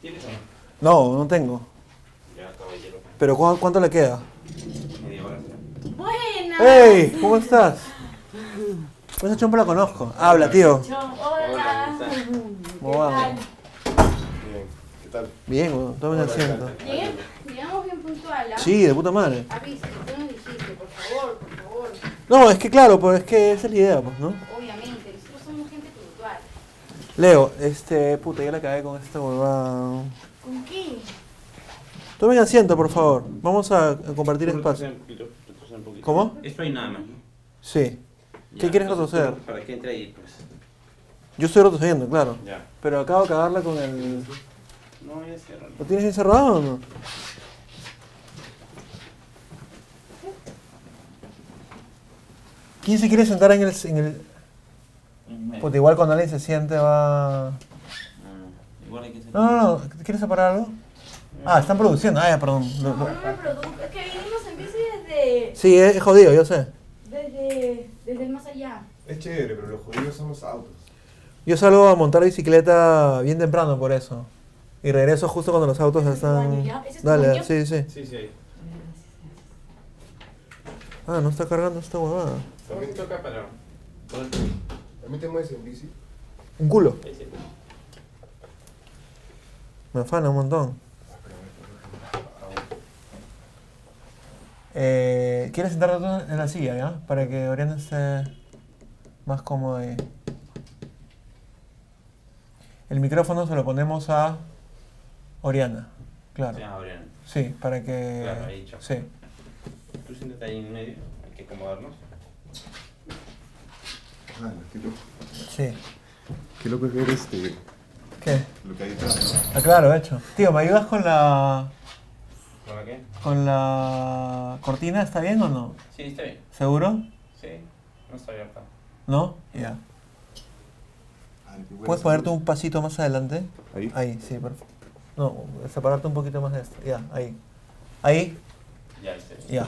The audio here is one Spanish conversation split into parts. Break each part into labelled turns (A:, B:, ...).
A: ¿Tienes o no?
B: No, no tengo.
A: Ya acaba el hielo.
B: ¿Pero ¿cu- cuánto le queda?
A: Media hora.
C: Buena.
B: ¡Ey! ¿Cómo estás? Pues Esa chompa la conozco. Habla, tío.
C: Chon,
A: Hola,
C: hola.
A: ¿cómo estás?
B: ¿Cómo vamos?
D: Bien, ¿qué tal?
B: Bien, weón, toma un asiento.
C: Llegué- Llegamos bien puntual, ¿ah?
B: Sí, de puta madre.
C: Avísame, tú nos dijiste, por favor, por favor.
B: No, es que claro, pues es que esa es la idea, pues, ¿no?
C: Obviamente, nosotros somos gente puntual.
B: Leo, este, puta, ya la cagué con esta huevada.
C: ¿Con quién?
B: Tomen asiento, por favor. Vamos a a compartir espacio.
A: Retrocede Pues un poquito, retrocede un poquito.
B: ¿Cómo?
A: Esto hay nada más. ¿no?
B: Sí. ¿Qué
A: Ya,
B: quieres
A: entonces,
B: retroceder?
A: Para que entre ahí, pues.
B: Yo estoy retrocediendo, claro.
A: Ya.
B: Pero acabo de cagarla con el...
A: No, ya cierran.
B: ¿Lo tienes encerrado o no? ¿Quién se quiere sentar en el... en el- Puta, igual cuando alguien se siente va...
A: Ah, Igual hay que hacer-
B: No, no, no. ¿Quieres separar algo? Ah, están produciendo. Ah, ya, perdón. Lo-
C: No,
B: lo-
C: no me preocupo. Es que vinimos en bici desde,
B: Sí, es es jodido, yo sé.
C: desde, desde el más allá.
D: Es chévere, pero los judíos son los autos.
B: Yo salgo a montar bicicleta bien temprano por eso. Y regreso justo cuando los autos
C: ¿Ese es tu baño
B: están...
C: ya? ¿Ese es tu
B: Dale,
C: baño?
B: sí, sí.
A: Sí, sí, ahí.
B: Ah, no está cargando esta huevada.
D: También,
A: toca para.
D: también te mueves en bici.
B: Un culo.
A: Ahí sí.
B: Me afana un montón. Eh, ¿Quieres sentarte tú en la silla, ya? Para que Oriana esté más cómodo ahí. El micrófono se lo ponemos a Oriana, claro.
A: Ya, Oriana.
B: Sí, para que...
A: Claro, ahí, chao.
B: sí.
A: Tú siéntate ahí en medio. Hay que acomodarnos.
D: Ah, qué loco.
B: Sí.
D: Qué loco es ver este,
B: ¿Qué?
D: lo que hay detrás, ¿no?
B: Ah, claro, hecho. Tío, ¿me ayudas con la...
A: ¿Con la qué?
B: con la cortina? ¿Está bien o no?
A: Sí, está bien.
B: ¿Seguro?
A: Sí. No está abierta.
B: ¿No? Ya.
D: Ah, qué bueno.
B: ¿Puedes ponerte un pasito más adelante?
D: Ahí.
B: Ahí, sí, perfecto. No, separarte un poquito más de esto. Ya, ahí. Ahí,
A: Ya, está bien.
B: ya.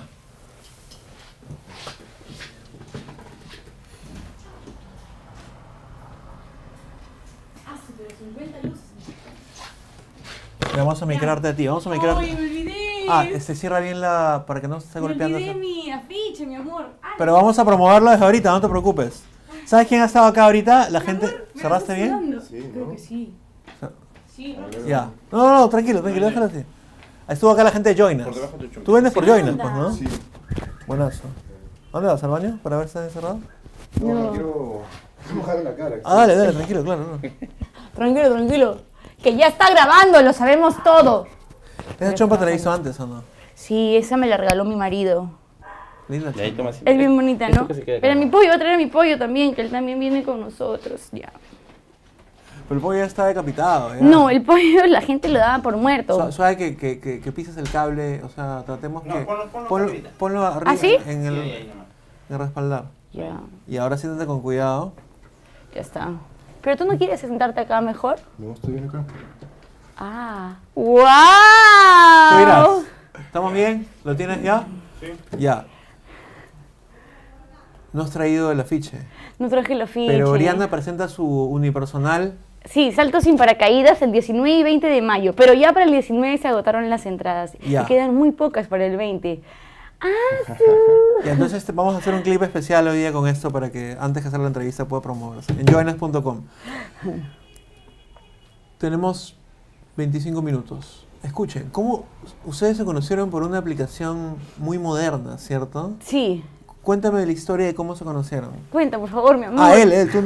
C: Ah, sí, pero 50 luces.
B: Ya, Vamos a micrarte a ti, vamos a
C: Ay, me
B: micrarte.
C: olvidé.
B: Ah, se cierra bien la... para que no se esté
C: me
B: golpeando.
C: olvidé
B: eso.
C: mi afiche, mi amor. Ah,
B: Pero vamos a promoverlo desde ahorita, no te preocupes. ¿Sabes quién ha estado acá ahorita? La
C: mi
B: gente...
C: amor, ¿me
B: ¿Cerraste
C: estás
B: bien?
C: sudando?
D: Sí,
C: Creo
D: ¿no?
C: que sí.
B: Cer-
C: Sí, creo que sí.
B: Ya. No, no, no, tranquilo, tranquilo, déjalo así. Ahí Estuvo acá la gente de
A: Por
B: Joiners.
A: debajo de tu chumbo.
B: Tú vendes por
C: ¿Qué
B: Joiners, pues,
C: onda?
B: ¿no?
D: Sí.
B: Buenazo. ¿A ¿Dónde vas, al baño? ¿Para ver si está cerrado?
D: No, no quiero. Quiero mojarme la cara.
B: Ah, dale, dale, tranquilo, claro. no.
E: Tranquilo, tranquilo. Que ya está grabando, lo sabemos todo.
B: ¿Esa chompa te la hizo antes o no?
E: Sí, esa me la regaló mi marido.
B: Linda
A: De ahí
B: chompa.
A: tomas
E: Es bien bonita,
A: Esto
E: ¿no?
A: que se quede acá.
E: Pero mi pollo, va a traer a mi pollo también, que él también viene con nosotros. Ya.
A: Ah.
B: Pero el pollo ya está decapitado. ¿ya?
E: No, el pollo la gente lo daba por muerto.
B: Su- Suave que, que, que, que pisas el cable, o sea, tratemos
A: No,
B: que...
A: ponlo- ponlo arribita.
B: ponlo arriba
E: ¿Así?
B: en, el,
A: Sí, ahí nomás.
B: en el respaldar.
E: Ya,
B: Y ahora siéntate con cuidado.
E: ya está. Pero tú no quieres sentarte acá mejor.
D: No, estoy bien acá.
E: Ah.
B: Tú dirás.
E: ¡Wow!
B: ¿Estamos bien? ¿Lo tienes ya?
A: Sí.
B: Ya. No has traído el afiche.
E: No traje los fiches.
B: Pero Oriana presenta su unipersonal.
E: Sí, salto sin paracaídas el 19 y 20 de mayo, pero ya para el 19 se agotaron las entradas
B: Ya.
E: y quedan muy pocas para el 20. Ah,
B: Y entonces te- vamos a hacer un clip especial hoy día con esto para que antes que hacer la entrevista pueda promoverse. En joanes.com. Tenemos 25 minutos. Escuchen, ¿cómo ustedes se conocieron por una aplicación muy moderna, ¿cierto?
E: sí.
B: Cuéntame la historia de cómo se conocieron.
E: Cuenta, por favor, mi amor.
B: Ah, él, él, tú,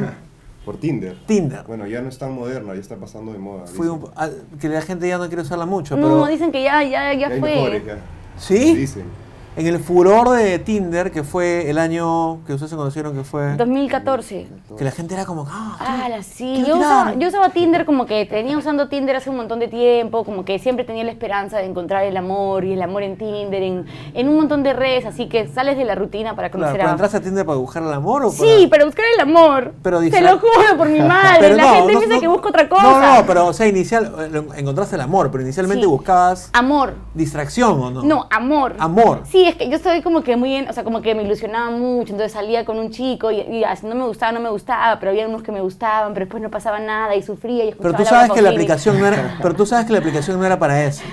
D: Por Tinder.
B: Tinder.
D: Bueno, ya no es tan moderno, ya está pasando de moda.
B: Fue
D: dicen.
B: un- ah, que la gente ya no quiere usarla mucho,
E: No,
B: pero...
E: dicen que ya, ya, ya
D: Ya hay
E: fue.
D: mejores, ya.
B: ¿Sí?
D: Dicen.
B: En el furor de Tinder, que fue el año que ustedes se conocieron, que fue...
E: 2014.
B: Que la gente era como... "Ah,
E: Ah, la- sí.
B: Quiero
E: Yo usaba,
B: tirar.
E: yo usaba Tinder como que tenía usando Tinder hace un montón de tiempo, como que siempre tenía la esperanza de encontrar el amor y el amor en Tinder, en, en un montón de redes, así que sales de la rutina para
B: Claro,
E: conocer
B: pero
E: a
B: entraste a Tinder para buscar el amor o para...
E: Sí, para buscar el amor.
B: Pero
E: Te
B: disfra-
E: lo juro por mi madre.
B: Pero
E: la
B: no,
E: gente
B: no,
E: piensa
B: no-
E: que busco otra cosa.
B: No, no, pero o sea, inicial eh, lo- encontraste el amor, pero inicialmente
E: Sí.
B: buscabas
E: Amor.
B: distracción o no.
E: No, amor.
B: Amor.
E: Sí, Sí, es que yo estoy como que muy en, o sea, como que me ilusionaba mucho, entonces salía con un chico y, y así no me gustaba, no me gustaba, pero había unos que me gustaban, pero después no pasaba nada y sufría y escuchaba
B: Pero tú
E: a Laura
B: sabes que la
E: Pausini.
B: aplicación no era, pero tú sabes que la aplicación no era para eso.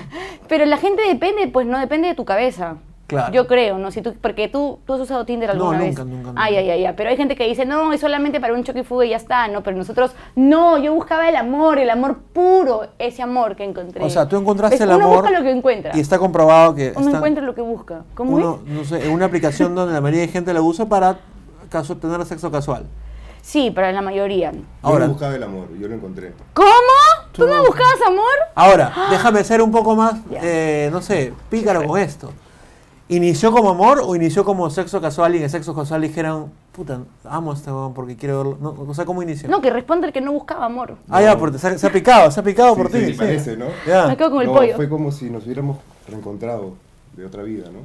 E: Pero la gente depende, pues no depende de tu cabeza.
B: Claro.
E: Yo creo, ¿no? Si tú, porque tú, tú has usado Tinder
B: No,
E: alguna vez.
B: nunca, nunca, nunca.
E: Ay, ay, ay, ay. Pero hay gente que dice, no, es solamente para un choque y fuga y ya está, ¿no? Pero nosotros, no, yo buscaba el amor, el amor puro, ese amor que encontré.
B: O sea, tú encontraste
E: ¿Ves?
B: el
E: Uno
B: amor
E: busca lo que encuentra.
B: Y está comprobado que
E: Uno
B: está-
E: encuentra lo que busca. ¿Cómo
B: uno,
E: es?
B: no sé, en una aplicación donde la mayoría de gente la usa para caso- tener sexo casual.
E: Sí, para la mayoría.
B: Ahora.
D: Yo no buscaba el amor, yo lo encontré.
E: ¿Cómo?
B: Tú
E: ¿Tú,
B: no-
E: no buscabas amor?
B: Ahora, déjame ser un poco más,
E: Ya.
B: eh, no sé, pícaro con esto. ¿Inició como amor o inició como sexo casual y en el sexo casual dijeron, puta, amo a este weón porque quiero verlo? No, o sea, ¿cómo inició?
E: No, que responde el que no buscaba amor.
B: Ah, ya, porque se ha, se ha picado, se ha picado por
D: Sí,
B: ti.
D: sí,
B: sí.
D: parece, ¿no?
B: Ya,
E: Me quedo con el
D: No,
E: pollo.
D: Fue como si nos hubiéramos reencontrado de otra vida, ¿no?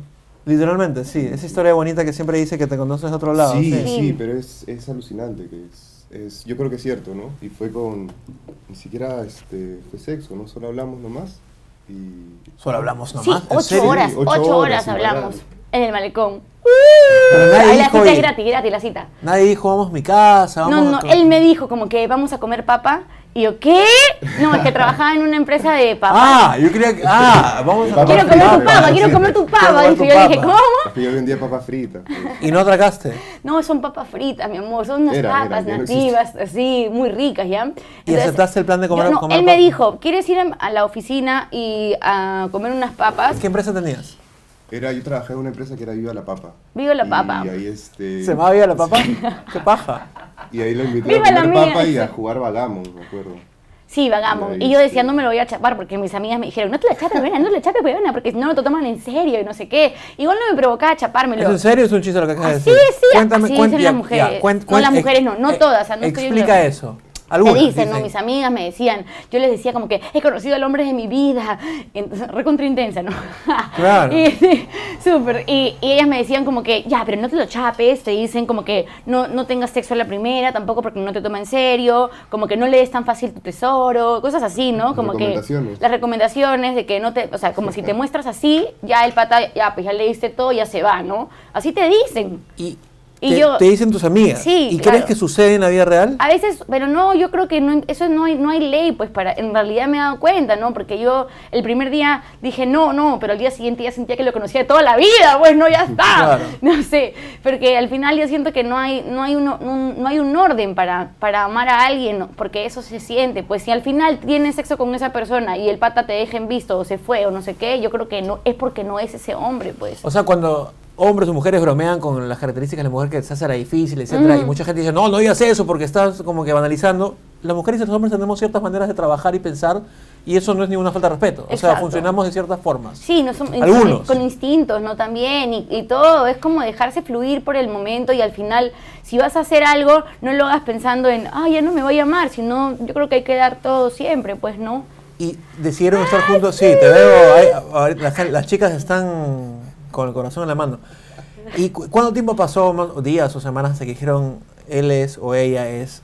B: Literalmente, sí. Esa historia bonita que siempre dice que te conoces de otro lado.
D: sí, sí,
B: sí.
E: Sí.
D: pero es, es alucinante. que es, es- Yo creo que es cierto, ¿no? Y fue con. Ni siquiera este, fue sexo, ¿no? Solo hablamos nomás. Y.
B: Solo hablamos
E: Sí,
B: nomás. ¿en
E: ocho
B: serio?
E: horas,
D: Sí, ocho horas
E: ocho, horas,
D: sin
E: hablamos.
D: parar.
E: En el malecón.
B: Pero nadie
E: Ahí la
B: dijo,
E: cita es
B: "Oye".
E: gratis, gratis la cita.
B: Nadie dijo, vamos a mi casa,
E: No,
B: vamos
E: no,
B: a-
E: él me dijo como que vamos a comer papa. Y yo, ¿qué? No, es que trabajaba en una empresa de papa.
B: Ah, yo creía que. Ah, vamos a.
D: Papas
E: quiero comer tu
D: fritas,
E: papa,
D: sí.
E: quiero comer tu
B: Quiero
E: papa.
B: comer
E: Dije,
B: tu
E: yo dije,
B: papa.
E: ¿cómo?
D: Yo vendía papas fritas. pues.
B: Y no atracaste.
E: No, son papas fritas, mi amor, son unas
D: Era, era,
E: papas
D: ya no
E: nativas, así, muy ricas, ¿ya?
B: aceptaste el plan de comer-
E: yo no,
B: comer
E: él
B: papas?
E: me dijo, ¿quieres ir a- a la oficina y a comer unas papas?
B: ¿Qué empresa tenías?
D: Era, yo trabajé en una empresa que era Viva la Papa.
E: Viva la Papa.
D: Y ahí este.
B: ¿Se va a la papá? ¿Qué paja?
D: Y ahí lo invité
E: Viva
D: a
E: la
D: comer
E: mía.
D: papa y a jugar balamos, me acuerdo.
E: Sí, vagamos.
D: Ahí,
E: Y yo decía,
D: sí.
E: no me lo voy a chapar porque mis amigas me dijeron, no te la chapes, Verena, no te la chapes, Verena, porque no te toman en serio y no sé qué. Igual no me provocaba
B: ¿Es
E: chapármelo.
B: en serio o es un chiste lo que acabas de
E: Así
B: decir?
E: es, sí, así
B: cuen-
E: dicen
B: ya,
E: las mujeres.
B: ya, cuen-
E: No,
B: cuen-
E: las mujeres no, no
B: ex- eh,
E: todas, o sea, no estoy
B: Explica
E: yo.
B: eso.
E: Me
B: Algunas
E: dicen, no, mis amigas me decían, yo les decía como que he conocido al hombre de mi vida, entonces, recontra intensa, ¿no?
B: Claro.
E: Y, sí, súper. Y, y ellas me decían como que, ya, pero no te lo chapes, te dicen como que no, no tengas sexo a la primera, tampoco porque no te toma en serio, como que no le des tan fácil tu tesoro, cosas así, ¿no? Como
D: Recomendaciones.
E: que las recomendaciones de que no te, o sea, como si te muestras así, ya el pata, ya, pues ya le diste todo, ya se va, ¿no? Así te dicen.
B: Y,
E: Y
B: te,
E: yo-
B: te dicen tus amigas.
E: Sí,
B: ¿Y crees
E: claro.
B: que sucede en la vida real?
E: A veces, pero no, yo creo que no, eso no hay, no hay ley, pues para, en realidad me he dado cuenta, ¿no? Porque yo el primer día dije no, no, pero al día siguiente ya sentía que lo conocía de toda la vida, pues no, ya está.
B: Claro.
E: No sé, porque al final yo siento que no hay, no hay, uno- un, no hay un orden para, para amar a alguien, ¿no? porque eso se siente. Pues si al final tienes sexo con esa persona y el pata te deja en visto o se fue o no sé qué, yo creo que no es porque no es ese hombre, pues.
B: O sea, cuando hombres o mujeres bromean con las características de la mujer que se hace la difícil, etcétera,
E: Mm.
B: y mucha gente dice, no, no digas eso porque estás como que banalizando. Las mujeres y los hombres tenemos ciertas maneras de trabajar y pensar, y eso no es ninguna falta de respeto. O sea,
E: Exacto.
B: funcionamos de ciertas formas.
E: Sí, no son,
B: Algunos.
E: con instintos, ¿no? También, y, y todo, es como dejarse fluir por el momento y al final, si vas a hacer algo, no lo hagas pensando en, ah, ya no me voy a amar, sino yo creo que hay que dar todo siempre, pues, ¿no?
B: Y decidieron estar juntos, sí, te veo, ahí, ahorita las, gen- las chicas están con el corazón en la mano. ¿Y cu- cuánto tiempo pasó, más- o días o semanas, hasta que dijeron, él es o ella es,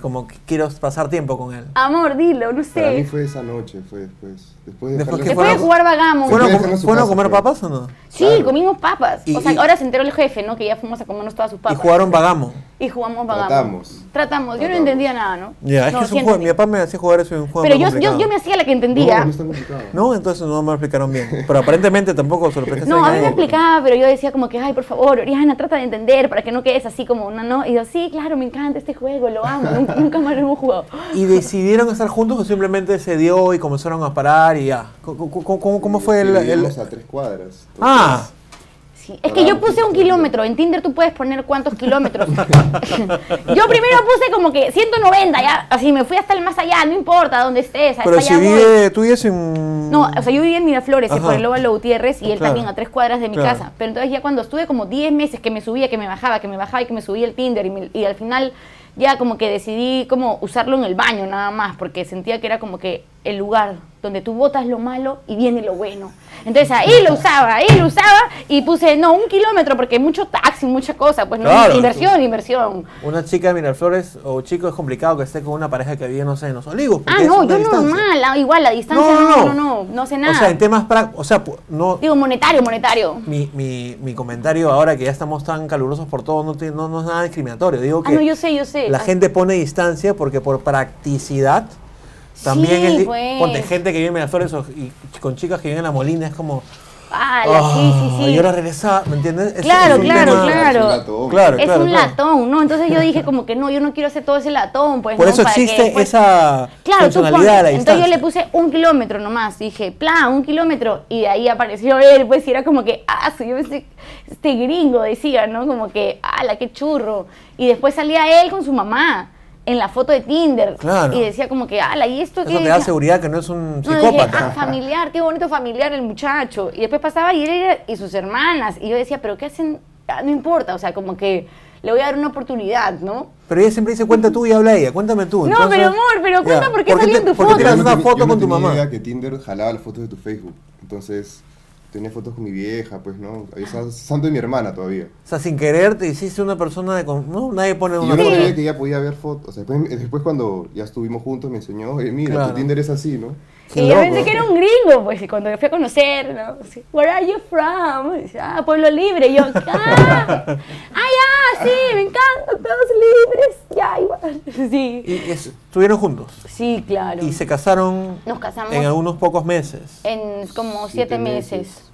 B: como que quiero pasar tiempo con él?
E: Amor, dilo, no
D: Para mí
E: sé.
D: fue esa noche, fue después. Después de
B: Después
D: dejarle-
B: que
E: Después de
B: fueron-
E: jugar vagamos.
B: ¿Fueron, a
D: Fue
B: com-
D: Pues en su
B: fueron a
D: casa,
B: comer
D: creo.
B: papas o no?
E: sí,
D: claro.
E: comimos papas.
B: Y-
E: o sea,
B: y-
E: ahora se enteró el jefe, ¿no? Que ya fuimos a comernos todas sus papas.
B: Y jugaron vagamo.
E: Y jugamos vagamos.
D: Tratamos.
E: Tratamos. Yo no
D: Tratamos.
E: entendía nada, ¿no?
B: Ya, es
E: No,
B: que es
E: sí
B: un juego. Mi
E: entendí.
B: papá me hacía jugar eso en un juego.
E: Pero
B: muy
E: yo, yo,
B: complicado.
E: yo me hacía la
D: No,
E: que entendía.
D: no es tan complicado.
B: No, entonces no me lo explicaron bien. Pero aparentemente tampoco se lo explicaste
E: No,
B: bien
E: a mí me
B: nadie.
E: explicaba, pero yo decía como que, ay, por favor, Oriana, trata de entender para que no quedes así como una no. Y yo, sí, claro, me encanta este juego, lo amo, nunca, nunca más lo hemos jugado.
B: ¿Y decidieron estar juntos o simplemente se dio y comenzaron a parar y ya? ¿Cómo, cómo- cómo- cómo fue el...? el-
D: Vivíamos a tres cuadras.
B: Ah,
E: Sí, Es que yo puse un kilómetro, en Tinder tú puedes poner cuántos kilómetros. yo primero puse como que 190, ya, así me fui hasta el más allá, no importa dónde estés, hasta
B: pero
E: allá
B: si
E: voy.
B: vive, tú vives en...
E: No, o sea, yo vivía en Miraflores,
B: Ajá.
E: por el Óvalo Gutiérrez, y él
B: Claro.
E: también a tres cuadras de mi
B: Claro.
E: casa. Pero entonces ya cuando estuve como 10 meses que me subía, que me bajaba, que me bajaba y que me subía el Tinder, y, me- y al final ya como que decidí como usarlo en el baño nada más, porque sentía que era como que el lugar donde tú botas lo malo y viene lo bueno. Entonces ahí lo usaba, ahí lo usaba y puse, no, un kilómetro, porque mucho taxi, mucha cosa, pues no,
B: Claro.
E: inversión, inversión.
B: Una chica de Miraflores o chico es complicado que esté con una pareja que vive, no sé, en los olivos.
E: Ah,
B: porque es
E: no,
B: una
E: yo
B: distancia.
E: normal, ah, igual la distancia,
B: No,
E: no,
B: no, no.
E: no, no, no, sé nada.
B: O sea, en temas práct- o sea, pu- no,
E: Digo, monetario, monetario.
B: mi, mi, mi comentario ahora que ya estamos tan calurosos por todo no, tiene- no, no es nada discriminatorio. Digo
E: Ah,
B: que
E: no, yo sé, yo sé.
B: la
E: Ah,
B: gente pone distancia porque por practicidad también
E: Sí,
B: es di-
E: pues.
B: ponte gente que vive en Miraflores o- y ch- con chicas que viven en La Molina es como "Ah,
E: ala, sí, sí, sí.
B: Y ahora regresa, ¿me entiendes? Es-
E: Claro,
B: es un
E: claro,
B: tema-
E: claro.
D: Es un gato, hombre.
B: Claro,
E: es
B: claro,
E: un
B: claro.
E: latón, ¿no? Entonces yo dije como que no, yo no quiero hacer todo ese latón, pues
B: Por
E: ¿no?
B: eso
E: Para que
B: existe
E: después-
B: esa
E: Claro, tú
B: funcionalidad
E: pones.
B: a la
E: Entonces yo
B: distancia.
E: le puse un kilómetro nomás. Dije, plan, un kilómetro. Y de ahí apareció él, pues, y era como que, ah, su- yo pensé, este gringo decía, ¿no? Como que, ala, qué churro. Y después salía él con su mamá en la foto de Tinder.
B: Claro.
E: Y decía como que, ala, ¿y esto qué?
B: Eso te da
E: Decía,
B: seguridad que no es un
E: no, dije,
B: psicópata.
E: ah, familiar, qué bonito familiar el muchacho. Y después pasaba y él era- y sus hermanas. Y yo decía, pero ¿qué hacen? Ah, No importa, o sea, como que le voy a dar una oportunidad, ¿no?
B: Pero ella siempre dice, cuenta tú y habla ella, cuéntame tú.
E: No, pero amor, pero cuenta por qué salió en tu
B: porque
E: foto.
B: tiras
D: Yo no
B: una
D: teni-
B: foto
D: yo no
B: con tu
D: tenía idea
B: mamá.
D: que Tinder jalaba las fotos de tu Facebook. Entonces, tenía fotos con mi vieja, pues, ¿no? Ahí está santo de mi hermana todavía.
B: O sea, sin querer te hiciste una persona de... con- No, nadie pone
D: Y
B: una
D: yo no
B: foto.
D: sabía que ella podía ver fotos. O sea, después, después cuando ya estuvimos juntos me enseñó, oye, mira,
B: Claro.
D: tu Tinder es así, ¿no?
B: Qué
E: y yo
B: loco.
E: pensé que era un gringo, pues, y cuando lo fui a conocer, ¿no? Así, Where are you from? Y dice, ah, Pueblo Libre. Y yo, ah, ah, ya, sí, me encanta, todos libres, ya, igual. Sí,
B: Y es- estuvieron juntos.
E: sí, claro.
B: Y se casaron
E: Nos casamos
B: en algunos pocos meses.
E: en como siete,
D: Siete
E: meses.
D: meses.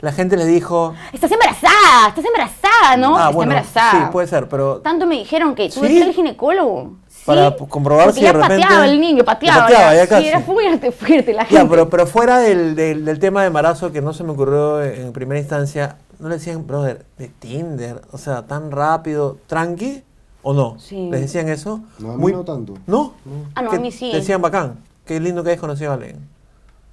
B: La gente les dijo...
E: Estás embarazada, estás embarazada, ¿no?
B: ah,
E: estás
B: bueno,
E: embarazada.
B: Sí, puede ser, pero...
E: Tanto me dijeron que tuve
B: ¿Sí?
E: que ir al ginecólogo. Sí,
B: Para p- comprobar
E: porque
B: si
E: ya
B: de repente-
E: pateaba el niño, pateaba.
B: Pateaba, ya casi.
E: Sí, era fuerte, fuerte la gente.
B: Ya, pero, pero fuera del, del- del tema de embarazo que no se me ocurrió en primera instancia, ¿no le decían, brother, de Tinder? O sea, tan rápido, tranqui, ¿o no?
E: Sí.
B: ¿Les decían eso?
D: No, a mí no tanto.
B: ¿No?
E: Ah, no,
B: Que
E: a mí sí.
B: Decían bacán. Qué lindo que hayas conocido a alguien.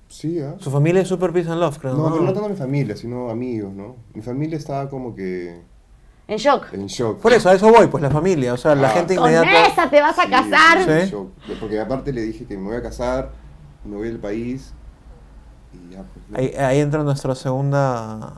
D: Sí, ¿ah?
B: Su familia es super peace and love, creo.
D: No, pero no tanto a mi familia, sino amigos, ¿no? Mi familia estaba como que
E: En shock.
D: en shock.
B: Por eso, a eso voy, pues la familia. O sea, la
D: Ah.
B: gente
E: Con
B: inmediata.
E: esa te vas a
D: Sí,
E: casar.
D: sí, en
B: Sí.
D: shock. Porque aparte le dije que me voy a casar, me voy del país y ya, pues. ¿no?
B: Ahí, ahí entra nuestra segunda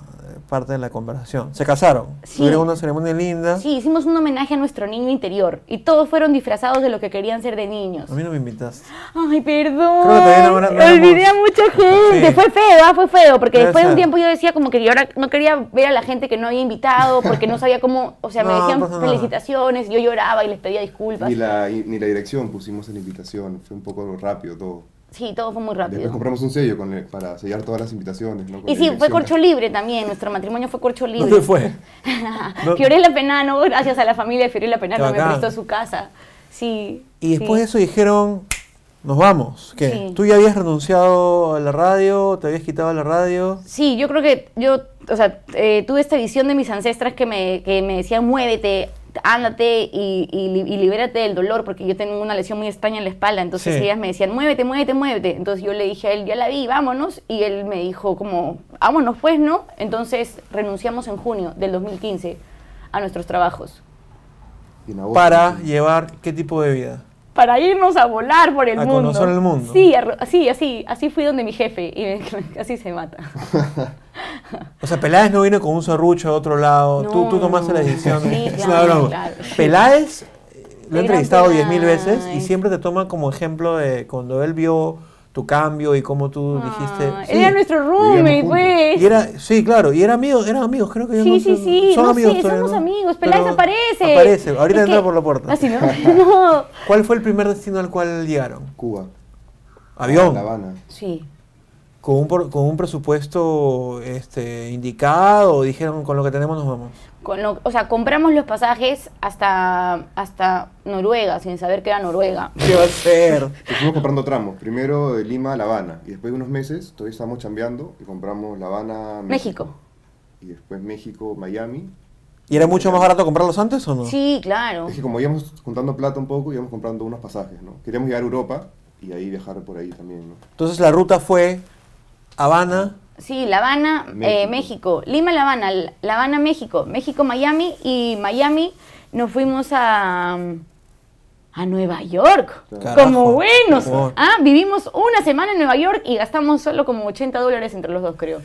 B: parte de la conversación. Se casaron.
E: Sí.
B: Tuvieron una ceremonia linda.
E: Sí, hicimos un homenaje a nuestro niño interior y todos fueron disfrazados de lo que querían ser de niños.
B: A mí no me invitaste.
E: Ay, perdón.
B: Creo que todavía no era- no éramos-
E: Olvidé a mucha gente.
B: Sí.
E: Fue feo, ah, fue feo, porque
B: Puede
E: después de un
B: ser.
E: tiempo yo decía como que yo ahora no quería ver a la gente que no había invitado, porque no sabía cómo, o sea, me
B: No,
E: decían
B: pasa nada.
E: felicitaciones, yo lloraba y les pedía disculpas.
D: Ni la, ni la dirección pusimos en la invitación, fue un poco rápido todo.
E: Sí, todo fue muy
D: Después
E: rápido.
D: compramos un sello con el- para sellar todas las invitaciones, ¿no? Con
E: Y
D: la
E: sí, fue
D: dirección.
E: corcho libre también, nuestro matrimonio fue corcho libre.
B: ¿Dónde fue? No.
E: Fiorella Penano, gracias a la familia de Fiorella Penano,
B: Qué
E: me
B: bacán.
E: prestó su casa. Sí.
B: Y después
E: sí.
B: de eso dijeron, nos vamos. ¿Qué?
E: Sí.
B: ¿Tú ya habías renunciado a la radio? ¿Te habías quitado la radio?
E: Sí, yo creo que yo, o sea, eh, tuve esta visión de mis ancestras que me, que me decían, muévete, ándate y, y li- y libérate del dolor, porque yo tengo una lesión muy extraña en la espalda, entonces
B: Sí.
E: ellas me decían, muévete, muévete, muévete. Entonces yo le dije a él, ya la vi, vámonos, y él me dijo como, vámonos pues, ¿no? Entonces renunciamos en junio del 2015 a nuestros trabajos
D: Y en agosto,
B: Para
D: sí.
B: llevar qué tipo de vida.
E: para irnos a volar por el
B: A
E: mundo.
B: conocer el mundo.
E: Sí, a ro- así, así, así fui donde mi jefe y me- casi se mata.
B: O sea, Peláez no vino con un serrucho a otro lado.
E: No,
B: tú, tú tomaste la
E: no.
B: decisión.
E: Sí,
B: Es
E: claro,
B: una broma.
E: claro.
B: Peláez eh, lo he
E: El gran
B: entrevistado 10.000
E: Peláez.
B: veces y siempre te toma como ejemplo de cuando él vio tu cambio y cómo tú dijiste.
E: Ah,
B: sí.
E: Él era nuestro roommate,
D: juntos.
E: pues.
B: Y era, sí, claro, y era amigo, eran amigos, creo que yo
E: Sí,
B: no
E: sí,
B: sé-
E: sí,
B: son
E: no
B: amigos
E: sí,
B: todavía,
E: somos
B: ¿no?
E: amigos.
B: Pero
E: Peláez aparece.
B: Aparece, ahorita
E: Es
B: entra
E: que-
B: por la puerta.
E: Ah, sí, no, no.
B: ¿Cuál fue el primer destino al cual llegaron?
D: Cuba.
B: Avión.
D: La Habana.
E: Sí.
B: Con un, por- con un presupuesto este, indicado, o dijeron con lo que tenemos nos vamos.
E: Con lo- o sea, compramos los pasajes hasta, hasta Noruega, sin saber que era Noruega.
B: ¿Qué va a ser?
D: Y Fuimos comprando tramos, primero de Lima a La Habana, y después de unos meses todavía estábamos chambeando y compramos La Habana,
E: México.
D: Y después México, Miami.
B: ¿Y era mucho más barato comprarlos antes o no?
E: Sí, claro.
D: Es que como íbamos juntando plata un poco, íbamos comprando unos pasajes, ¿no? Queríamos llegar a Europa y ahí viajar por ahí también, ¿no?
B: Entonces la ruta fue Habana,
E: Sí, La Habana, eh, México.
D: México.
E: Lima, La Habana, L- La Habana, México, México, Miami y Miami nos fuimos a mm, a Nueva York.
B: Carajo,
E: como buenos.
B: por favor.
E: Ah, vivimos una semana en Nueva York y gastamos solo como 80 dólares entre los dos, creo.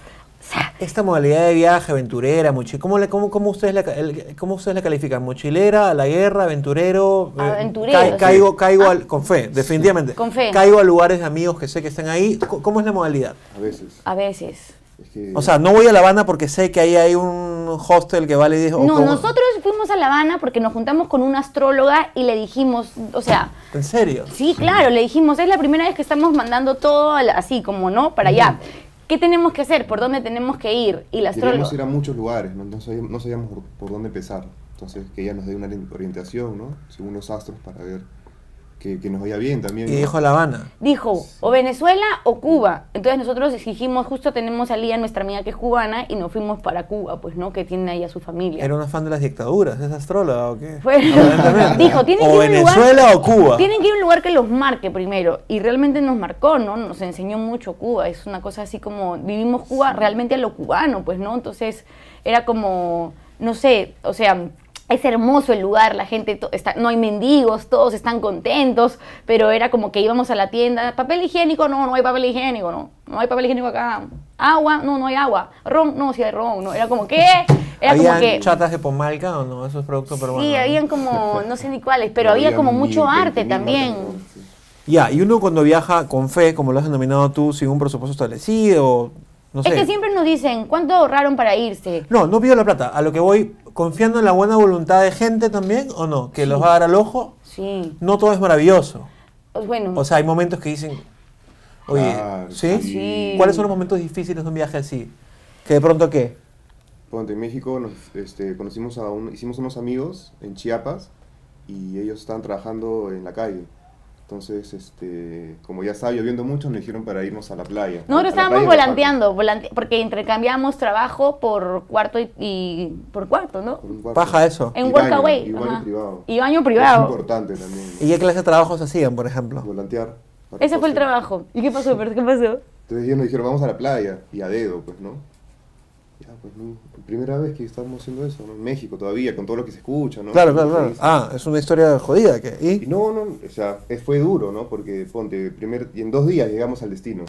B: Esta modalidad de viaje aventurera, mochi- ¿cómo, le- cómo, cómo ustedes la, ca- el- ¿cómo ustedes la califican? ¿Mochilera, a la guerra, aventurero? eh,
E: Aventurero,
B: ca-
E: sí. Ah.
B: caigo caigo al- con fe, definitivamente.
E: Con fe.
B: Caigo a lugares de amigos que sé que están ahí. Co- ¿Cómo es la modalidad?
D: A veces.
E: A veces.
D: Es que,
B: O sea, no voy a La Habana porque sé que ahí hay un hostel que vale 10 o
E: No,
B: como-
E: nosotros fuimos a La Habana porque nos juntamos con una astróloga y le dijimos, o sea,
B: ¿En serio?
E: sí, claro, le dijimos, es la primera vez que estamos mandando todo al- así, como no, para allá. ¿Qué tenemos que hacer? ¿Por dónde tenemos que ir? Y la astróloga...
D: queríamos ir a muchos lugares, ¿no? Entonces, no sabíamos por, por dónde empezar. Entonces, que ella nos dé una ori- orientación, ¿no? Según los astros, para ver que, que nos vaya bien
B: Y
D: también. ¿no?
B: dijo La Habana.
E: Dijo, o Venezuela o Cuba. Entonces nosotros exigimos, justo tenemos a Lía, nuestra amiga que es cubana, y nos fuimos para Cuba, pues, ¿no? Que tiene ahí a su familia.
B: ¿Era una fan de las dictaduras? ¿Es astróloga o qué?
E: Fue-
B: Aparentemente.
E: Dijo, tienen que
B: o
E: ir a un lugar-
B: Venezuela o Cuba.
E: Tienen que ir a un lugar que los marque primero. Y realmente nos marcó, ¿no? Nos enseñó mucho Cuba. Es una cosa así como vivimos Cuba realmente a lo cubano, pues, ¿no? Entonces era como, no sé, o sea, es hermoso el lugar, la gente, to- está, no hay mendigos, todos están contentos, pero era como que íbamos a la tienda, papel higiénico, no, no hay papel higiénico, no, no hay papel higiénico acá. Agua, no, no hay agua. Ron, no, sí hay ron, no. Era como que, era como
B: ¿Habían
E: que...
B: chatas de Pomalca o no? Esos productos peruanos.
E: Sí,
B: ¿no?
E: habían como, no sé ni cuáles, pero había
D: Había
E: como
D: mil,
E: mucho arte
D: veinte mil marcas,
E: también.
D: ¿no? Sí.
B: Ya, y uno cuando viaja con fe, como lo has denominado tú, sin un presupuesto establecido, no sé.
E: Es que siempre nos dicen, ¿cuánto ahorraron para irse?
B: No, no pido la plata. A lo que voy, confiando en la buena voluntad de gente también, ¿o no? Que los va a dar al ojo.
E: Sí.
B: No todo es maravilloso.
E: Pues Bueno,
B: O sea, hay momentos que dicen, oye,
D: Claro,
B: ¿sí?
E: sí.
B: ¿Cuáles son los momentos difíciles de un viaje así? Que de pronto, ¿qué?
D: Ponte, en México nos, este, conocimos a un, hicimos unos amigos en Chiapas y ellos estaban trabajando en la calle. Entonces, este, como ya estaba lloviendo mucho, nos dijeron para irnos a la playa. A la
E: nosotros estábamos
D: playa de Oaxaca,
E: volanteando, volante- porque intercambiamos trabajo por cuarto y, y- por cuarto, ¿no?
D: por un cuarto.
B: Paja eso.
E: En
D: Y
E: work
D: baño,
E: away,
D: Y baño
E: ajá.
D: privado.
E: Y baño
D: Es
E: privado.
D: importante también. ¿no?
B: ¿Y qué clase de trabajos hacían, por ejemplo?
D: Volantear. para
E: Ese fue el
D: coser.
E: trabajo. ¿Y qué pasó? Pero, ¿Qué pasó?
D: Entonces ellos nos dijeron, vamos a la playa. Y a dedo, pues, ¿no? Ya, pues, no. Primera vez que estamos haciendo eso, ¿no? En México todavía, con todo lo que se escucha, ¿no?
B: Claro, claro, claro.
D: Sí, sí.
B: Ah, es una historia jodida. ¿qué?
D: Y
B: ¿Y?
D: no, no, o sea, es- fue duro, ¿no? Porque, ponte, primer, y en dos días llegamos al destino.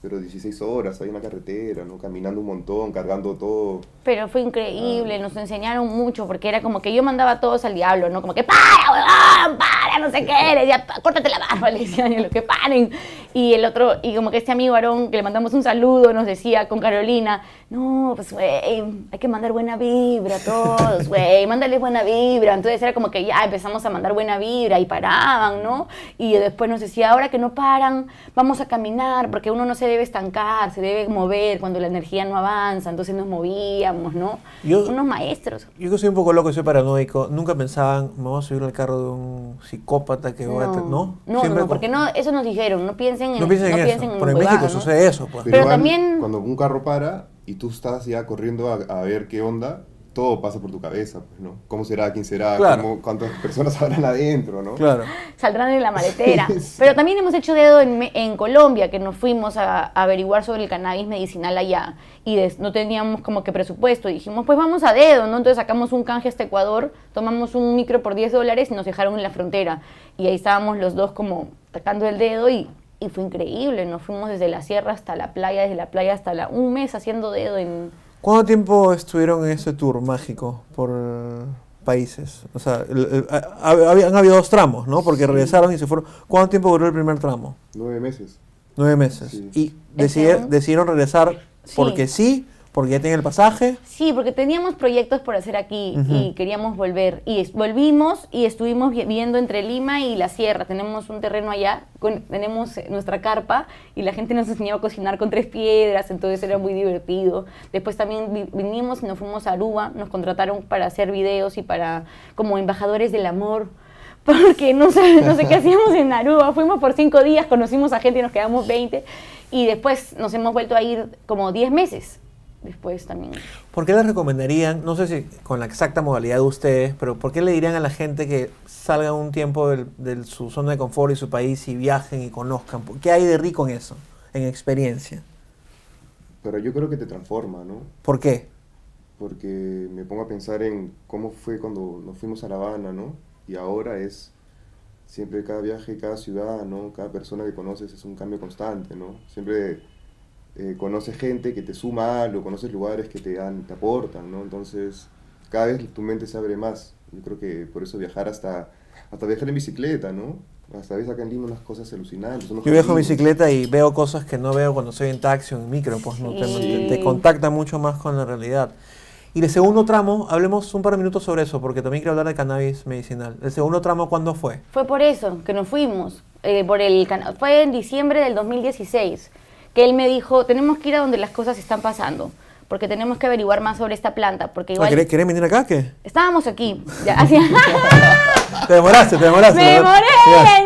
D: Pero 16 horas, hay una carretera, ¿no? Caminando un montón, cargando todo.
E: Pero fue increíble, nos enseñaron mucho, porque era como que yo mandaba a todos al diablo, ¿no? Como que, ¡para, huevón! ¡para! No sé qué, le decía, "Pa- córtate la barba, le decía, y lo que paren. Y el otro, y como que este amigo Aarón, que le mandamos un saludo, nos decía con Carolina, no, pues, güey, hay que mandar buena vibra a todos, güey, mándales buena vibra. Entonces era como que ya empezamos a mandar buena vibra y paraban, ¿no? Y después nos decía, ahora que no paran, vamos a caminar, porque uno no se debe estancar, se debe mover cuando la energía no avanza, entonces nos movíamos, ¿no?
B: Yo-
E: Unos maestros.
B: Yo que soy un poco loco, y soy paranoico. Nunca pensaban, me voy a subir al carro de un psicópata que va a... te- ¿No?
E: no, no,
B: Siempre
E: porque
B: con-
E: no, eso nos dijeron, no piensen en
B: No piensen en eso.
E: en
B: Pero en
E: huevadas,
B: México
E: ¿no?
B: sucede eso, pues.
E: Pero
D: van-
E: también-
D: Cuando un carro para y tú estás ya corriendo a, a ver qué onda, todo pasa por tu cabeza, pues, ¿no? ¿Cómo será? ¿Quién será?
B: Claro.
D: ¿Cómo- ¿Cuántas personas habrán adentro, no?
B: Claro.
E: saldrán de la maletera.
D: Sí.
E: Pero también hemos hecho dedo en, Me- en Colombia, que nos fuimos a, a averiguar sobre el cannabis medicinal allá y des- no teníamos como que presupuesto. Y dijimos, pues vamos a dedo, ¿no? Entonces sacamos un canje hasta Ecuador, tomamos un micro por 10 dólares y nos dejaron en la frontera. Y ahí estábamos los dos como tacando el dedo y, y fue increíble. Nos fuimos desde la sierra hasta la playa, desde la playa hasta la... un mes haciendo dedo en...
B: ¿Cuánto tiempo estuvieron en ese tour mágico por eh, países? O sea, el- el- ha- ha- habían- han habido dos tramos, ¿no? Porque regresaron y se fueron. ¿Cuánto tiempo duró el primer tramo?
D: Nueve meses.
B: Nueve meses.
D: Sí.
B: Y
E: ¿El
B: decide-
E: segundo?
B: decidieron regresar
E: Sí.
B: porque sí, porque ya tenían el pasaje.
E: Sí, porque teníamos proyectos por hacer aquí y
B: Ujú.
E: queríamos volver. Y es- volvimos y estuvimos vi- viendo entre Lima y la sierra. Tenemos un terreno allá, con- tenemos eh, nuestra carpa y la gente nos enseñaba a cocinar con tres piedras, entonces era muy divertido. Después también vi- vinimos y nos fuimos a Aruba, nos contrataron para hacer videos y para como embajadores del amor. Porque no sé, no sé qué hacíamos en Aruba. Fuimos por cinco días, conocimos a gente y nos quedamos 20. Y después nos hemos vuelto a ir como 10 meses. Después también.
B: ¿Por qué les recomendarían, no sé si con la exacta modalidad de ustedes, pero por qué le dirían a la gente que salgan un tiempo del- de su zona de confort y su país y viajen y conozcan? ¿Por- ¿Qué hay de rico en eso, en experiencia?
D: Pero yo creo que te transforma, ¿no?
B: ¿Por qué?
D: porque me pongo a pensar en cómo fue cuando nos fuimos a La Habana, ¿no? Y ahora es, siempre cada viaje, cada ciudad, ¿no? Cada persona que conoces es un cambio constante, ¿no? Siempre eh, conoces gente que te suma algo, conoces lugares que te dan, te aportan, ¿no? Entonces, cada vez tu mente se abre más. Yo creo que por eso viajar hasta, hasta viajar en bicicleta, ¿no? Hasta ves acá en Lima unas cosas alucinantes. unos
B: Yo viajo en
D: jardines.
B: bicicleta y veo cosas que no veo cuando estoy en taxi o en micro, pues no te,
E: Sí.
B: te- te contacta mucho más con la realidad. Y el segundo tramo, hablemos un par de minutos sobre eso, porque también quiero hablar de cannabis medicinal. ¿El segundo tramo cuándo fue?
E: Fue por eso que nos fuimos. eh, por el cana- fue en diciembre del 2016 que él me dijo, tenemos que ir a donde las cosas están pasando, porque tenemos que averiguar más sobre esta planta, porque
B: Ah,
E: igual...
B: ¿querés, querés venir acá? ¿Qué?
E: Estábamos aquí. ya, hacía-
B: Te demoraste, te demoraste.
E: ¡Me
B: ¿verdad?
E: demoré!
B: Ya.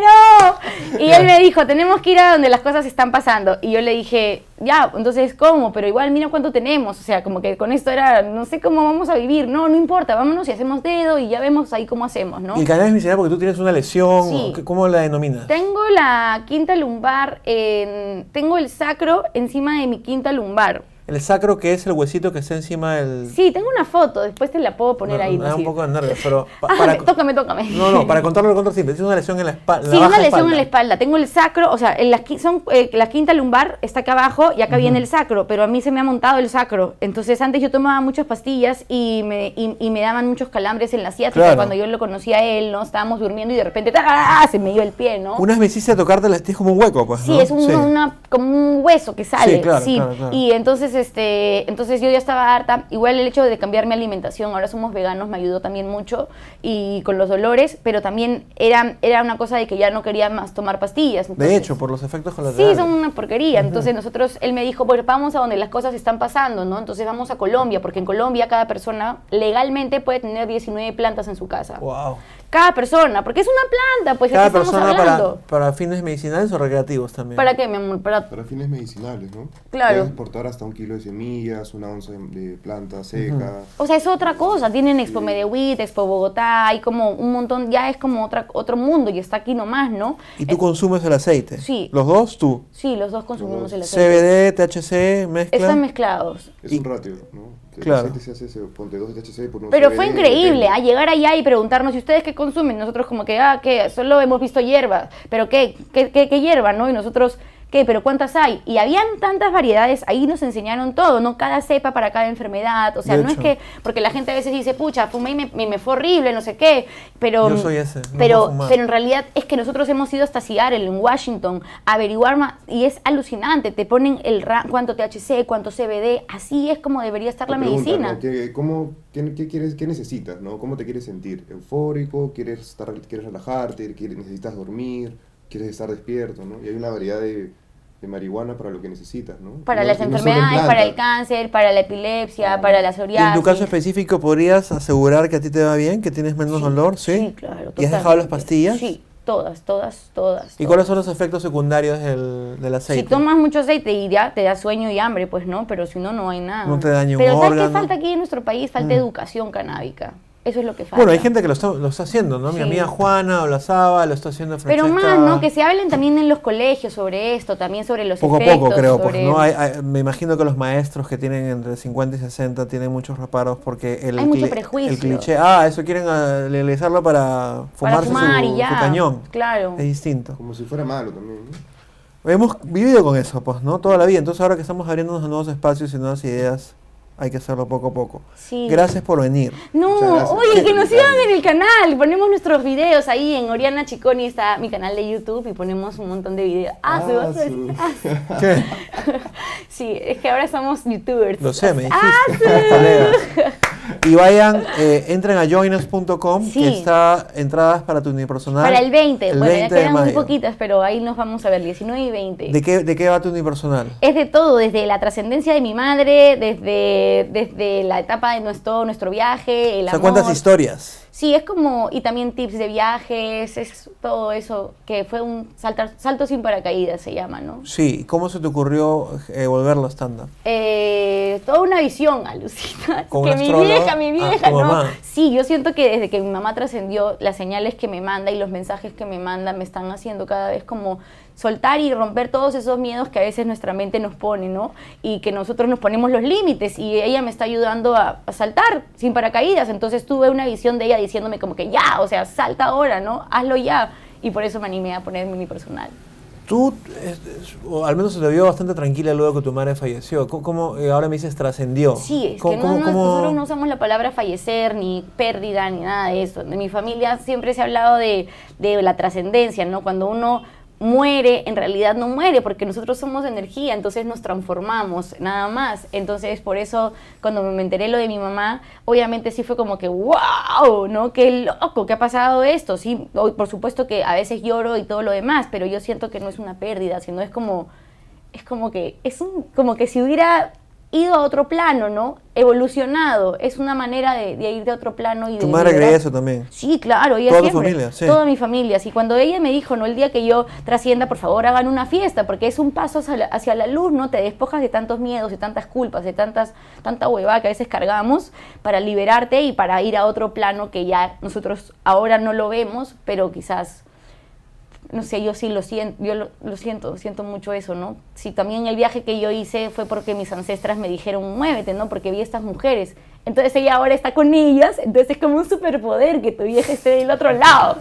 E: ¡No! Y él me dijo, tenemos que ir a donde las cosas están pasando. Y yo le dije, ya, entonces, ¿cómo? Pero igual, mira cuánto tenemos. O sea, como que con esto era, no sé cómo vamos a vivir. No, no importa, vámonos y hacemos dedo y ya vemos ahí cómo hacemos, ¿no?
B: ¿Y el cannabis medicinal porque tú tienes una lesión?
E: Sí.
B: ¿o qué- ¿Cómo la denominas?
E: Tengo la quinta lumbar, en, tengo el sacro encima de mi quinta lumbar.
B: El sacro que es el huesito que está encima del...
E: Sí, tengo una foto, después te la puedo poner
B: No,
E: ahí.
B: Me
E: no
B: da un
E: sé.
B: poco de nervios, pero... pa-
E: Ah,
B: para-
E: me- tócame, tócame.
B: No, no, para contarlo lo contra simple. Tienes una lesión en la espalda.
E: Sí, una lesión en la espalda. Tengo el sacro, o sea, en la, qui- son, eh, la quinta lumbar está acá abajo y acá viene el sacro, pero a mí se me ha montado el sacro. Entonces, antes yo tomaba muchas pastillas y me, y, y me daban muchos calambres en la ciática
B: Claro.
E: cuando yo lo conocía a él, ¿no? Estábamos durmiendo y de repente ¡ah! se me dio el pie, ¿no?
B: Unas veces hiciste tocarte la es como un hueco, pues.
E: Sí,
B: ¿no?
E: es un, una, como un hueso que sale.
B: Sí, claro, claro, claro.
E: Y entonces, este, entonces yo ya estaba harta. Igual el hecho de cambiar mi alimentación, ahora somos veganos, me ayudó también mucho y con los dolores, pero también era, era una cosa de que ya no quería más tomar pastillas.
B: De
E: entonces-
B: hecho, por los efectos
E: Sí,
B: colaterales.
E: son una porquería. Entonces nosotros, él me dijo, bueno, vamos a donde las cosas están pasando, ¿no? Entonces vamos a Colombia, porque en Colombia cada persona legalmente puede tener 19 plantas en su casa.
B: Wow.
E: Cada persona, porque es una planta, pues ¿de
B: Cada
E: qué estamos
B: persona para,
E: hablando?
B: para fines medicinales o recreativos también.
E: ¿Para qué, mi amor? Para
D: Para fines medicinales, ¿no?
E: Claro.
D: Puedes exportar hasta un kilo de semillas, una onza de, de planta seca.
E: O sea, es otra cosa. Tienen Expo Medellín, Expo Bogotá, hay como un montón, ya es como otra, otro mundo y está aquí nomás, ¿no?
B: Y tú consumes el aceite.
E: eh, sí.
B: Los dos, tú.
E: Sí, los dos consumimos el aceite.
B: CBD, THC, mezcla.
E: Están mezclados.
D: Es
B: Y-
D: un ratio, ¿no? El
B: Claro.
D: aceite se hace, se ponte dos de THC por unos
E: Pero fue
D: CBD,
E: increíble
D: depende.
E: a llegar allá y preguntarnos, ¿y ustedes qué consumen? Nosotros como que, ah, que solo hemos visto hierba, pero ¿qué, qué, qué, qué hierba, no? Y nosotros, ¿qué? ¿Pero cuántas hay? Y habían tantas variedades, ahí nos enseñaron todo, ¿no? Cada cepa para cada enfermedad, o sea,
B: De
E: no es
B: hecho.
E: que, porque la gente a veces dice, pucha, fumé y me, me- me fue horrible, no sé qué, pero... mm,
B: Yo soy ese, no puedo
E: pero,
B: fumar.
E: pero en realidad es que nosotros hemos ido hasta Seattle, en Washington, a averiguar más, y es alucinante, te ponen el ra- cuánto THC, cuánto CBD, así es como debería estar la
D: Te preguntan,
E: medicina.
D: ¿no? ¿Qué, cómo, qué, qué quieres, ¿Qué necesitas? ¿no? ¿Cómo te quieres sentir? ¿Eufórico? ¿Quieres, estar, quieres relajarte? ¿Quieres- ¿Necesitas dormir? ¿Quieres estar despierto? ¿no? Y hay una variedad de, de marihuana para lo que necesitas. ¿no?
E: Para
D: No-
E: las
D: no solo en
E: enfermedades, para el
D: planta.
E: cáncer, para la epilepsia, para
B: Y
E: la
B: en
E: psoriasis.
B: tu caso específico, ¿podrías asegurar que a ti te va bien, que tienes menos dolor? Sí,
E: Sí, claro.
B: ¿Y has dejado las
E: totalmente.
B: pastillas?
E: Sí, todas, todas, todas.
B: ¿Y
E: todas.
B: cuáles son los efectos secundarios del, del aceite?
E: Si tomas mucho aceite y ya te da sueño y hambre, pues no, pero si no, no hay nada.
B: No te daña un
E: Pero ¿sabes
B: órgano. Mm.
E: qué falta aquí en nuestro país? Falta educación canábica. Eso es lo que falta.
B: bueno, hay gente que lo está, lo está haciendo, ¿no? Mi
E: Sí.
B: amiga Juana o la Saba lo está haciendo
E: Pero más,
B: Francesca.
E: ¿no? Que se hablen también en los colegios sobre esto, también sobre los
B: Poco a
E: efectos.
B: poco, creo, pues,
E: sobre-
B: ¿no? Hay- hay- me imagino que los maestros que tienen entre 50 y 60 tienen muchos reparos porque el,
E: Hay mucho
B: cli-
E: prejuicio.
B: el cliché, ah, eso quieren ah, legalizarlo para
E: Para
B: fumarse
E: fumar
B: su,
E: y ya.
B: su cañón.
E: Claro.
B: Es distinto.
D: Como si fuera malo también. ¿no?
B: Hemos vivido con eso, pues, ¿no? Toda la vida. Entonces ahora que estamos abriéndonos a nuevos espacios y nuevas ideas, hay que hacerlo poco a poco.
E: Sí.
B: Gracias por venir.
E: No,
D: Muchas gracias.
E: oye, que
D: Gracias.
E: nos sigan en el canal. Ponemos nuestros videos ahí en Oriana Chiconi, está mi canal de YouTube y ponemos un montón de videos. Ah, se va a hacer-
D: su-
E: ah,
B: Che,
E: Sí, es que ahora somos youtubers.
B: lo sé, me
E: Ah,
B: dijiste. colegas. Y vayan, eh, entren a joinus.com,
E: Sí.
B: que está entradas para tu unipersonal.
E: para el 20.
B: el
E: bueno,
B: 20
E: ya
B: de
E: quedan muy
B: mayo.
E: poquitas, pero ahí nos vamos a ver, 19 y 20.
B: ¿De qué, ¿De qué va tu unipersonal?
E: es de todo, desde la trascendencia de mi madre, desde, desde la etapa de nuestro, nuestro viaje, el
B: O sea,
E: amor.
B: ¿cuántas historias?
E: Sí, es como, y también tips de viajes, es todo eso, que fue un saltar, salto sin paracaídas se llama, ¿no?
B: Sí, ¿y ¿cómo se te ocurrió eh, volverlo estándar?
E: eh, toda una visión, alucina.
B: ¿Con
E: que
B: un
E: mi
B: astrólogo?
E: vieja, mi
B: Ah,
E: vieja,
B: tu
E: no.
B: mamá.
E: Sí, yo siento que desde que mi mamá trascendió, las señales que me manda y los mensajes que me manda me están haciendo cada vez como soltar y romper todos esos miedos que a veces nuestra mente nos pone, ¿no? Y que nosotros nos ponemos los límites y ella me está ayudando a, a saltar sin paracaídas. Entonces tuve una visión de ella diciéndome como que ya, o sea, salta ahora, ¿no? Hazlo ya. Y por eso me animé a poner mi personal.
B: Tú, es- es- o al menos se te vio bastante tranquila luego que tu madre falleció. ¿Cómo, cómo, eh, ahora me dices trascendió?
E: Sí, es
B: ¿Cómo-
E: que no,
B: cómo-
E: no,
B: cómo-
E: nosotros no usamos la palabra fallecer, ni pérdida, ni nada de eso. De mi familia siempre se ha hablado de, de la trascendencia, ¿no? Cuando uno muere, en realidad no muere, porque nosotros somos energía, entonces nos transformamos, nada más. Entonces, por eso, cuando me enteré lo de mi mamá, obviamente sí fue como que, wow, ¿no? Qué loco, ¿qué ha pasado esto? Sí, hoy, por supuesto que a veces lloro y todo lo demás, pero yo siento que no es una pérdida, sino es como es como que es un- como que si hubiera ido a otro plano, ¿no? Evolucionado, es una manera de, de ir de otro plano y de
B: Tu madre
E: liberar-
B: creía eso también.
E: Sí, claro, ella
B: Toda tu
E: siempre.
B: familia, sí.
E: Toda mi familia. Y cuando ella me dijo, no, el día que yo trascienda, por favor, hagan una fiesta, porque es un paso hacia la, hacia la luz, ¿no? Te despojas de tantos miedos, de tantas culpas, de tantas, tanta huevada que a veces cargamos para liberarte y para ir a otro plano que ya nosotros ahora no lo vemos, pero quizás no sé, yo sí lo siento, yo lo, lo siento, siento mucho eso, ¿no? Sí, también el viaje que yo hice fue porque mis ancestras me dijeron, muévete, ¿no? Porque vi estas mujeres. Entonces ella ahora está con ellas, entonces es como un superpoder que tu vieja esté del otro lado.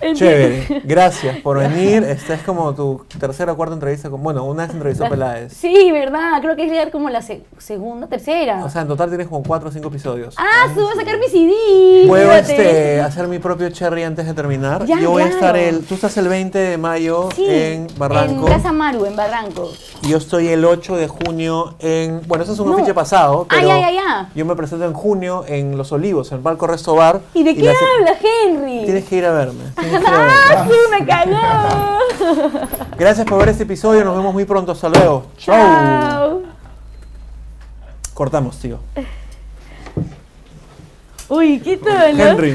E: ¿Entiendes?
B: Chévere, gracias por venir. Esta es como tu tercera o cuarta entrevista con. Bueno, una vez entrevistó a Peláez.
E: Sí, ¿verdad? Creo que es llegar como la se- segunda, tercera.
B: O sea, en total tienes como cuatro o cinco episodios.
E: ah, su, voy a sacar mi CD.
B: Puedo
E: fíjate.
B: este, hacer mi propio cherry antes de terminar.
E: Ya,
B: Yo voy a
E: claro.
B: estar el. Tú estás el 20 de mayo
E: Sí,
B: en Barranco.
E: En Casa Maru, en Barranco.
B: y yo estoy el 8 de junio en. Bueno, eso es un
E: No.
B: afiche pasado.
E: Ah,
B: Pero
E: ya, ya, ya.
B: Yo me presento en junio en Los Olivos, en el Barco Resto Bar.
E: ¿Y de qué
B: la se-
E: habla, Henry?
B: Tienes que ir a verme. tienes que ir a verme.
E: ¡Ah, su, me cayó!
B: Gracias por ver este episodio. Nos vemos muy pronto. Hasta luego. Chau.
E: ¡Chao!
B: Cortamos, tío.
E: Uy, qué tal, ¿no?
B: Henry.